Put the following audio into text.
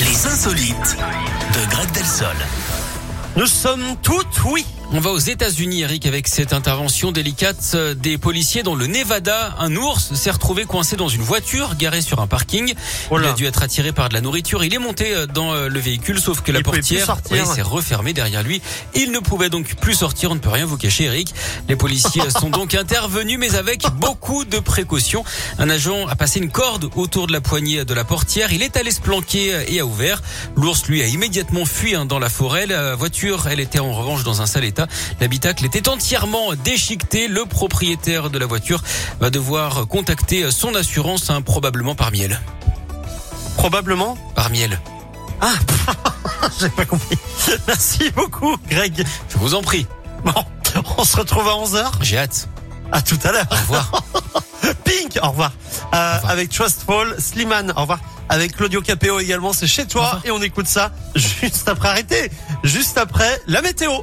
insolites de Greg Delsol. Nous sommes toutes oui. On va aux États-Unis, Eric, avec cette intervention délicate euh, des policiers dans le Nevada. Un ours s'est retrouvé coincé dans une voiture garée sur un parking. Oh là. Il a dû être attiré par de la nourriture. Il est monté euh, dans le véhicule, sauf que la Il pouvait plus portière sortir. ouais, s'est refermée derrière lui. Il ne pouvait donc plus sortir. On ne peut rien vous cacher, Eric. Les policiers sont donc intervenus, mais avec beaucoup de précautions. Un agent a passé une corde autour de la poignée de la portière. Il est allé se planquer et a ouvert. L'ours, lui, a immédiatement fui hein, dans la forêt. La voiture, elle était en revanche dans un sale état. L'habitacle était entièrement déchiqueté. Le propriétaire de la voiture va devoir contacter son assurance, hein, probablement par miel. Probablement. Par miel. Ah, j'ai pas compris. Merci beaucoup, Greg. Je vous en prie. Bon, on se retrouve à 11h. J'ai hâte. À tout à l'heure. Au revoir. Pink, au revoir. Euh, Avec Trustfall, Slimane, au revoir. Avec Claudio Capéo également, c'est chez toi. Et on écoute ça juste après arrêter. Juste après la météo.